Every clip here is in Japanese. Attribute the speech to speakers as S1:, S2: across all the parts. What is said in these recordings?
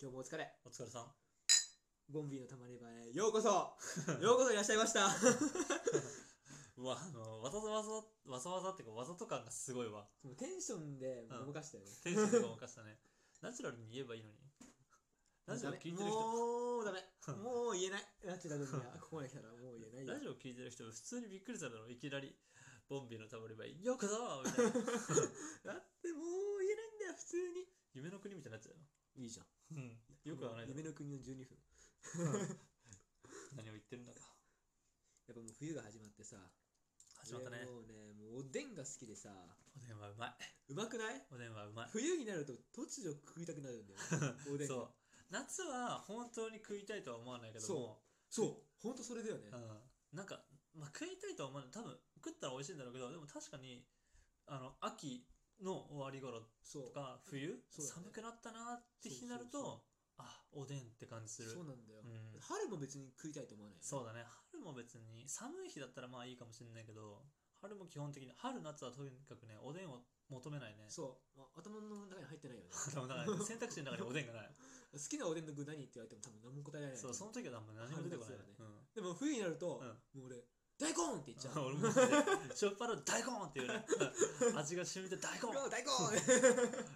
S1: 今日もお疲れ
S2: お疲れさん。
S1: ボンビーのたまり場へようこそ ようこそいらっしゃいました
S2: うわ、あの、わざわざ、わざわざっていうか、わざと感がすごいわ。
S1: もうテンションで動かしたよね、
S2: テンションでごまかしたね。 ナチュラルに言えばいいのに。ラジオ
S1: ダメ
S2: 聞いてる 人、
S1: もうダメ もう言えないナチュラルにあここまで来たらもう言えないよ
S2: ラジオ聞いてる人、普通にびっくりするだろう。いきなり、ボンビーのたまり場へようこそみたいな。
S1: だってもう言えないんだよ普通
S2: 夢の国みたいになっちゃうよ。
S1: にいいじゃん
S2: うん。よくはないだろ
S1: 夢の国の12分や
S2: 何を言ってるんだか。
S1: っぱもう冬が始まってさ
S2: 始まったね
S1: 俺。もうねもうおでんが好きでさ
S2: おでんはうまい。
S1: うまくない
S2: おでんはうまい。
S1: 冬になると突如食いたくなるんだよ おでんが
S2: そう。夏は本当に食いたいとは思わないけども
S1: そ、そうほんとそれだよね
S2: うん、なんか、まあ、食いたいとは思わない多分食ったら美味しいんだろうけどでも確かにあの秋の終わり頃
S1: そう
S2: とか冬、
S1: そうだね
S2: 寒くなったなって日になると
S1: そうそうそ
S2: あおでんって感じする
S1: そうなんだよ、
S2: うん
S1: 春も別に食いたいと思わないよね
S2: そうだね春も別に寒い日だったらまあいいかもしれないけど春も基本的に春夏はとにかくねおでんを求めないね
S1: そうあ頭の中に入ってないよね
S2: でもだから選択肢の中におでんが ない
S1: 好きなおでんの具何って言われても多分何も答えられない
S2: そうその時はもう何も出てこない、
S1: 春夏
S2: う
S1: でも冬になると、
S2: うん
S1: もう俺大根って言っちゃ
S2: ん、
S1: う
S2: 俺もねしょっぱら大根っていうね 味が染みて大根
S1: うわ大根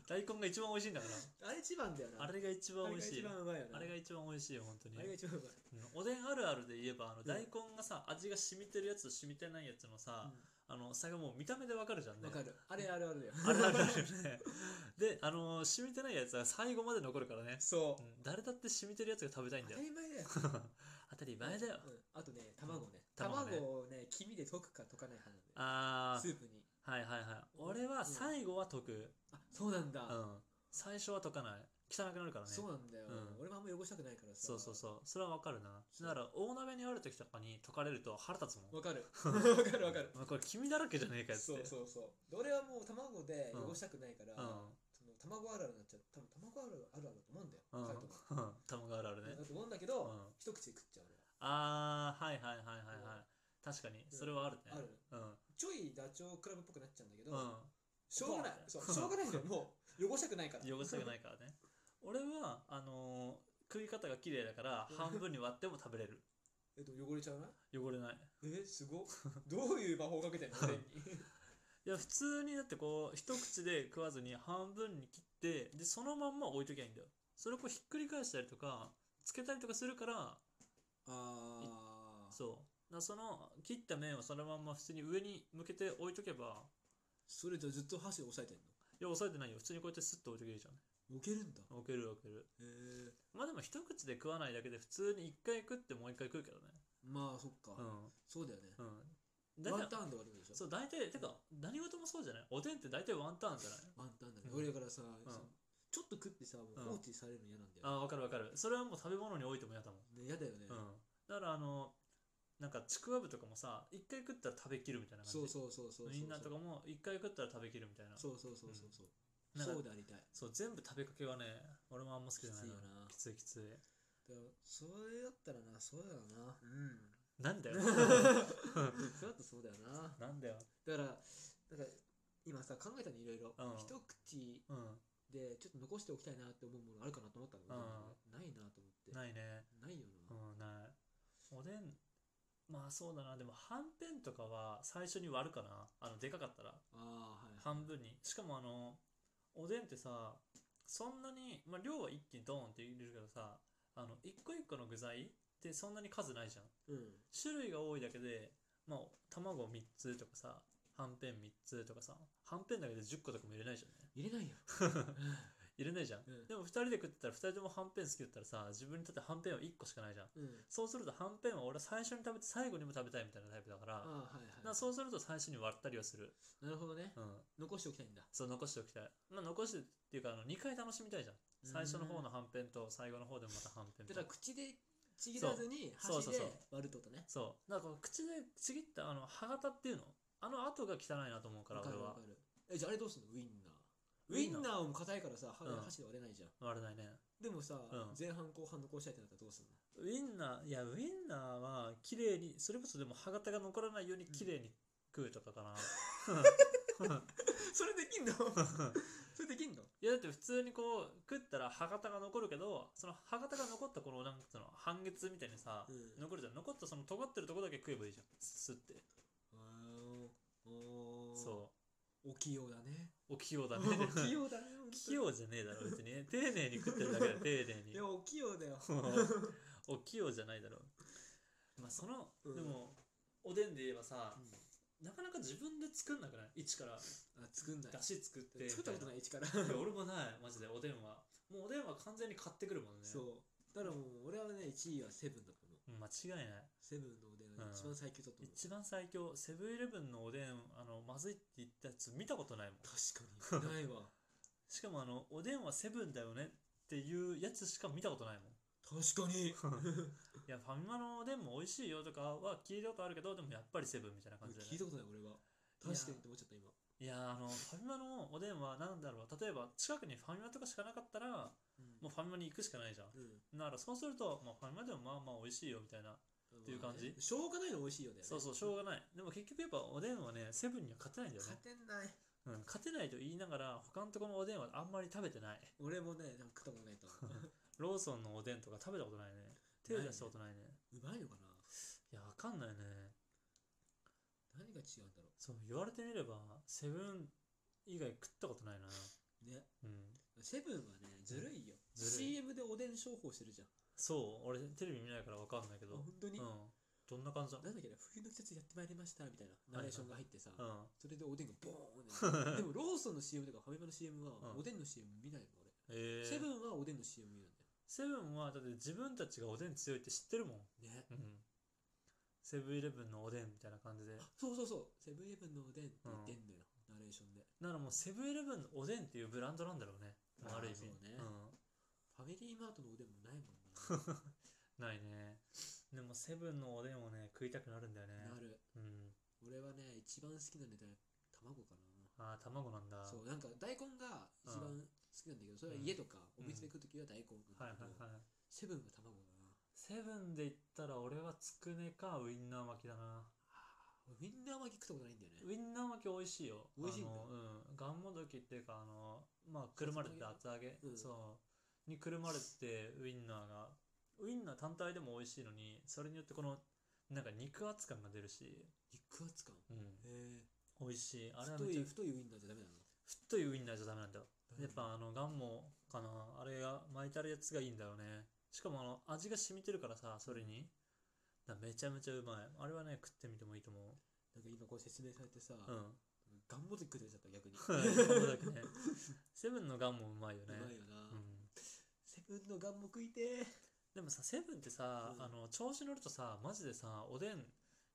S2: 大根が一番美味しいんだか ら
S1: あれ一番だよな
S2: あれが一番
S1: あれ
S2: 美
S1: が
S2: 味し
S1: 一
S2: い。
S1: 番うまいよな
S2: あれが一番美味しいよ、本当に
S1: あ。れが一番うまい
S2: うんおでんあるあるで言えば、あの
S1: ん
S2: 大根がさ、味が染みてるやつと染みてないやつのさ、あの、差がもう見た目でわかるじゃん
S1: うん
S2: ね。
S1: わ、かるあれあるあるだよ
S2: あるあるあるよね。 で、あの、染みてないやつは最後まで残るからね。
S1: そううん
S2: 誰だって染みてるやつが食べたいんだ
S1: 当た。り
S2: よ
S1: 前だよ
S2: 当たり前だよ。
S1: うんあとね卵ね
S2: 卵ね
S1: 卵をね黄身で溶くか溶かない派なん
S2: あ
S1: だよスープに
S2: ー、はいはいはい。俺は最後は溶く。
S1: あそうなんだ、
S2: うん。最初は溶かない。汚くなるからね。
S1: そうなんだよ、
S2: うん
S1: 俺もあんま汚したくないからさ
S2: そうそう
S1: う
S2: そう。それはわかるな。だから、大鍋にある時とかに溶かれると腹立つもん。
S1: わ かるわかるわかる
S2: まあこれ君だらけじゃねえかやつって
S1: そうそうそうで俺はもう卵で
S2: うん
S1: 汚したくないから、
S2: うん
S1: その卵あるあるになっちゃう多分卵あるあるあるだと思うんだよ、
S2: うん
S1: カイトも
S2: うん卵あるあるね
S1: だと思うんだけ
S2: う
S1: ど、
S2: ん
S1: 一口で食っちゃう俺は
S2: ああはいはいはいはいはい
S1: うん
S2: 確かにそれはあるね
S1: ある
S2: うん
S1: ちょいダチョウ倶楽部っぽくなっちゃうんだけど、
S2: う
S1: しょうがない
S2: うん
S1: そうしょうがないんだよも う汚したくないから
S2: ん汚したくないから ね俺はあのー食い方が綺麗だから
S1: うん
S2: 半分に割っても食べれる
S1: えっと汚れちゃうな
S2: 汚れない
S1: えす ごっどういう魔法かけてんのおでんに
S2: いや普通にだってこう一口で食わずに半分に切ってでそのまんま置いときゃいいんだよそれをこうひっくり返したりとかつけたりとかするから
S1: あ ー
S2: そうだからその切った面をそのまんま普通に上に向けて置いとけば
S1: それじゃあずっと箸で押さえてん
S2: いや、押さえてないよ。普通にこうやってスッと置いてけるじゃん。
S1: の置けるんだ
S2: 置ける置ける。
S1: へえ
S2: まあでも一口で食わないだけで普通に一回食ってもう一回食うけどね。
S1: まあそっか、そうだよね、
S2: うん。うん。
S1: ワ
S2: 大
S1: ンター
S2: 体、
S1: ンで終わるんでしょ
S2: そう、大体、てか、何事もそうじゃないおでんって大体ワンタンじゃない
S1: ワンタンだね、
S2: うん
S1: 俺だからさ、
S2: ん
S1: そのちょっと食ってさもう放置されるの嫌なんだよ
S2: あ、あ、わかるわかる。それはもう食べ物においても嫌だもん。
S1: ね嫌だよね、
S2: うん。だからあの、なんかちくわぶとかもさ、一回食ったら食べきるみたいな感
S1: そう
S2: じ。
S1: そうそうそうそう
S2: みんなとかも一回食ったら食べきるみたいな。
S1: そうそうそうそうそう、
S2: うん
S1: そうでありたい
S2: そう、全部食べかけはね、俺もあんま好きじゃ
S1: きつ
S2: ない
S1: いよな
S2: きついきつい。
S1: だからそれだったらなそうだよなうん
S2: な んだよ。
S1: それだとそうだよな
S2: なんだよ。
S1: だからだから今さ考えたのいろいろ
S2: うん
S1: 一口
S2: うん。
S1: でちょっと残しておきたいなって思うものあるかなと思ったの、
S2: う
S1: ないなと思って
S2: ないね。
S1: ないよな、
S2: うん、ない。おでん、まあそうだな、でもはんぺんとかは最初に割るかな。あの、でかかったら、
S1: ああはい
S2: 半分に。しかもあの、おでんってさ、そんなに、まあ量は一気にドーンって入れるけどさ、あの、一個一個の具材ってそんなに数ないじゃん。
S1: うん
S2: 種類が多いだけで、まあ、卵3つとかさ、はんぺん3つとかさ、はんぺんだけで10個とかも入れないじゃんね。
S1: 入れ ないよ、
S2: 入れないじゃん。
S1: うん
S2: でも2人で食ってたら2人ともはんぺん好きだったらさ、自分にとってはんぺんは1個しかないじゃん。
S1: うん、
S2: そうするとはんぺんは俺は最初に食べて最後にも食べたいみたいなタイプだから、
S1: ああはいはい
S2: なそうすると最初に割ったりはする。
S1: なるほどね
S2: うん。
S1: 残しておきたいんだ
S2: そう残しておきたい。まあ残してっていうかあの2回楽しみたいじゃん。最初の方のはんぺんと最後の方でもまたはんぺん
S1: だ
S2: と
S1: から。口でちぎらずに
S2: そう
S1: 箸
S2: そう
S1: で
S2: そうそう
S1: 割るってことね
S2: そう。なんかこう口でちぎったあの歯型っていうのあの後が汚いなと思うから
S1: わか
S2: 俺
S1: るわか。
S2: は
S1: るえじゃああれどうすんのウインナーウ
S2: ウ
S1: イ
S2: インナー
S1: ンナーも硬いからさ歯で
S2: うん
S1: 箸で割れないじゃん
S2: 割れないね。
S1: でもさ
S2: うん
S1: 前半後半残したいってなったらどう すんの
S2: ウインナー、いやウインナーは綺麗に、それこそでも歯型が残らないように綺麗に食うとかか な。
S1: それできんのそそれできんの
S2: いやだって普通にこう食ったら歯型が残るけどその歯型が残ったこのなんかその半月みたいにさ、
S1: うん
S2: 残るじゃん残ったその尖ってるとこだけ食えばいいじゃんすって
S1: そ
S2: そう
S1: お器用だね
S2: お器用だね
S1: お器用だね本当に
S2: 器用じゃねえだろ別に丁寧に食ってるだけだよ丁寧に
S1: いやお器用だよ
S2: お器用じゃないだろまあその、
S1: うん
S2: でもおでんで言えばさ
S1: う、ん
S2: なかなか自分で作んなくない一から
S1: あ作んない
S2: だし作って
S1: 作ったことな
S2: い
S1: い一から
S2: や俺もないマジでおでんはもうおでんは完全に買ってくるもんね
S1: そうだからもう俺はね1位はセブンだと思う
S2: 間違いない
S1: セブンのおでんが一番最強だと思う、
S2: 一番最強セブンイレブンのおでんあのまずいって言ったやつ見たことないもん
S1: 確か にないわ
S2: しかもあのおでんはセブンだよねっていうやつしか見たことないもん
S1: 確かに
S2: いやファミマのおでんも美味しいよとかは聞いたことあるけどでもやっぱりセブンみたいな感じだね
S1: 聞いたことない俺は確かにって思っちゃった今、
S2: いやーあのファミマのおでんは何だろう例えば近くにファミマとかしかなかったら
S1: うん
S2: もうファミマに行くしかないじゃん
S1: うん
S2: だからそうすると、まあ、ファミマでもまあまあ美味しいよみたいなっていう感じ
S1: まあねしょうがないの美味しいよね
S2: そうそうしょうがないでも結局やっぱおでんはねセブンには勝てないんだよ ね
S1: 勝、てない
S2: うん、勝てないと言いながら他のところのおでんはあんまり食べてない
S1: 俺もねなんか食ったこと ないと思う
S2: ローソンのおでんとか食べたことないね手出したことないね
S1: うまいのかない
S2: やわかんないね
S1: 何が違うんだろ
S2: そう言われてみればセブン以外食ったことないな
S1: うね
S2: うん
S1: セブンはねずるいよ、
S2: ずるい
S1: CM でおでん商法してるじゃんあ
S2: そう俺テレビ見ないからわかんないけど
S1: 本当に、
S2: うんどんな感じだ
S1: なんだっけな冬の季節やってまいりましたみたいなナレーションが入ってさ、
S2: うん
S1: それでおでんがボーンってで もローソンの CM とかファミマの CM はお
S2: うん
S1: でんの CM 見ないの俺、
S2: えー、
S1: セブンはおでんの CM 見るんだ
S2: セブンはだって自分たちがおでん強いって知ってるもん、
S1: よね
S2: うん、セブンイレブンのおでんみたいな感じで
S1: あそうそうそうセブンイレブンのおでんって言ってんのよ、ナレーションで
S2: ならもうセブンイレブンのおでんっていうブランドなんだろうねもうある意味
S1: あーそうねファミリーマートのおでんもないもんな
S2: うん、ないねでもセブンのおでんをね食いたくなるんだよね
S1: なる
S2: うん
S1: 俺はね一番好きなネタ卵か
S2: ああ卵なんだ
S1: なそうなんか大根が一番好きなんだけどそれは家とかお店で食う時は大根
S2: はい
S1: な
S2: は
S1: んだけ
S2: い
S1: ど
S2: はい
S1: セブンが卵だな
S2: セブンで言ったら俺はつくねかウインナー巻きだな
S1: 俺みんなあんまり食ったことないんだよね
S2: ウインナー巻き美味しいよ
S1: 美味しいんだ
S2: あのうんがんもどきっていうかあのまあくるまれて厚揚げ、
S1: うん
S2: そうにくるまれてウインナーがウインナー単体でも美味しいのにそれによってこのなんか肉厚感が出るし、
S1: 肉厚感
S2: うん、
S1: へえ
S2: 美味しいあれは
S1: 太
S2: めっちゃ
S1: い太いウインナーじゃダメなの
S2: 太いウインナーじゃダメなんだよ
S1: うん
S2: やっぱあのガンモかなあれが巻いてあるやつがいいんだよねしかもあの味が染みてるからさそれにだからめちゃめちゃうまいあれはね食ってみてもいいと思う
S1: なんか今こう説明されてさ、
S2: うん
S1: ガンモと食ってみちゃった逆に
S2: ガンモだけね セブンのガンモうまいよ
S1: う
S2: ね
S1: まいよな、
S2: うん
S1: セブンのガンモ食いてー
S2: でもさセブンってさ、
S1: うん
S2: あの調子乗るとさマジでさおでん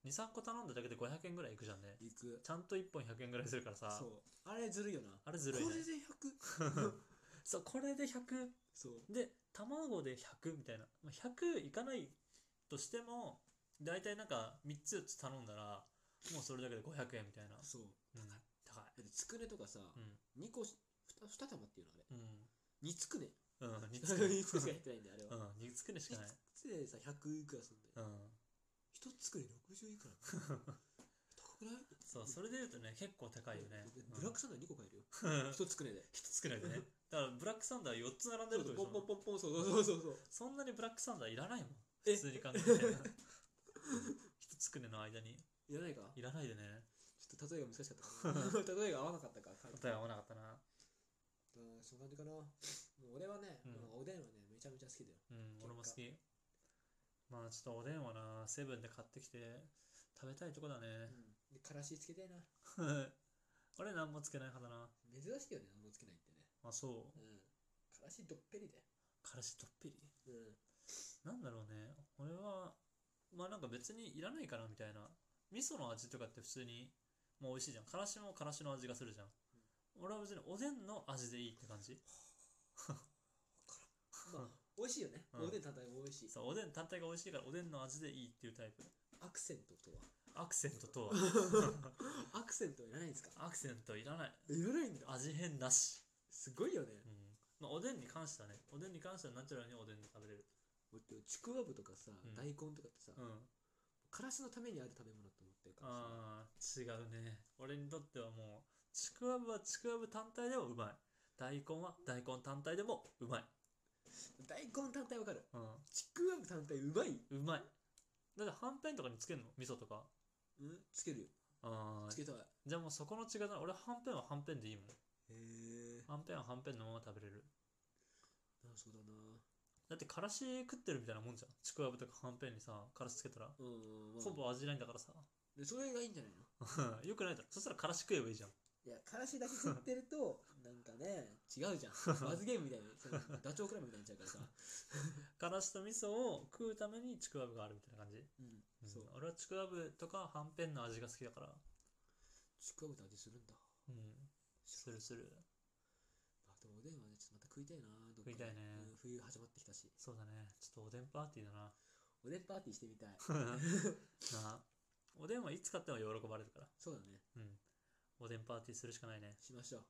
S2: 23個頼んだだけで500円ぐらいいくじゃんね
S1: 行く
S2: ちゃんと1本100円ぐらいするからさ
S1: そうあれずるいよな
S2: あれずるいね
S1: これで 100?
S2: そうこれで100
S1: そう
S2: で卵で100みたいなまあ100いかないとしても大体なんか3つ4つ頼んだらもうそれだけで500円みたいな、
S1: そう
S2: うん、高い
S1: だってつくねとかさ、
S2: う
S1: 二個し二二玉っていうのあれ
S2: ん
S1: 二つくね
S2: うんうん
S1: 二
S2: 2
S1: つ
S2: つ
S1: く
S2: く
S1: ね
S2: ね
S1: しか入ってないんだよあれ
S2: う
S1: は、
S2: ん2つくねしかない
S1: 二つでさ100いくらすんだよ、
S2: うん
S1: 一つくね60いくら高くない
S2: そうそれで言うとね結構高いよね
S1: ブラックサンダー2個買えるよ
S2: 1
S1: 一つくねで
S2: つくねでねだからブラックサンダー4つ並んで
S1: そ
S2: る
S1: う
S2: って
S1: そう
S2: こと
S1: ポン
S2: でし
S1: ポ
S2: ょ
S1: ンポンポンそうそうそうそう
S2: そんなにブラックサンダーいらないもん
S1: え
S2: 普通に考えてうん一つくねの間に
S1: いらないか
S2: いらないでね
S1: ちょっと例えが難しかった かな例えが合わなかったか
S2: 答え合わなかったな
S1: うんそんな感じかなもう俺はね、
S2: うん
S1: まあおでんはねめちゃめちゃ好きだよ
S2: うん、
S1: 結果
S2: 俺も好き。まあちょっとおでんはな、セブンで買ってきて食べたいとこだね。
S1: でからしつけたいな
S2: 俺何もつけない派だな。
S1: 珍しいよね何もつけないってね
S2: あ、そう
S1: う。んからしどっぺりだよ
S2: からしどっぷり。
S1: うん
S2: なんだろうね。俺は、まあなんか別にいらないかなみたいな。味噌の味とかって普通に、もう美味しいじゃん。からしもからしの味がするじゃん。俺は別におでんの味でいいって感じ。
S1: まあ美味しいよね、
S2: うん
S1: おでん単体も美味しい
S2: そう、おでん単体が美味しいからおでんの味でいいっていうタイプ。
S1: アクセントと
S2: アクセントとは。
S1: はアクセントはいらないんですか
S2: アクセントいらない。
S1: いらないんだ
S2: 味変なし。
S1: すごいよね
S2: うんまあ、おでんに関してはね、おでんに関してはナチュラルにおでんで食べれる。
S1: 俺ちくわぶとかさ、
S2: ん
S1: 大根とかってさ、
S2: うん。
S1: からしのためにある食べ物と思ってるからさ
S2: ああ、違うね。俺にとってはもう、ちくわぶはちくわぶ単体ではうまい。大根は大根単体でもうまい、
S1: 大根単体わかる
S2: うん、
S1: ちくわぶ単体うまいう
S2: まいだってはんぺんとかにつけるの味噌とか
S1: うんつけるよ
S2: あ
S1: つけ
S2: ー
S1: たい
S2: じゃあもうそこの違いだな俺はんぺんははんぺんでいいもん
S1: へえ
S2: はんぺんははんぺんのまま食べれる
S1: あそうだな
S2: だってからし食ってるみたいなもんじゃんちくわぶとかはんぺんにさからしつけたら
S1: うんまあ
S2: ほぼ味ないんだからさ
S1: でそれがいいんじゃないの
S2: よくないだろそしたらからし食えばいいじゃん
S1: いやからしだけ食ってる となんかね違うじゃん罰ゲームみたいなそのダチョウクラブみたいになっちゃうからさ
S2: からしと味噌を食うためにちくわぶがあるみたいな感じ、
S1: うん
S2: うん
S1: そう
S2: 俺はちくわぶとかはんぺんの味が好きだから
S1: ちくわぶと味するんだ
S2: うんするする
S1: あとおでんはねちょっとまた食いたいなどっかで
S2: 食いたいね
S1: うん冬始まってきたし
S2: そうだねちょっとおでんパーティーだな
S1: おでんパーティーしてみた い
S2: なあおでんはいつ買っても喜ばれるから
S1: そうだね
S2: うんおでんパーティーするしかないね
S1: しましょう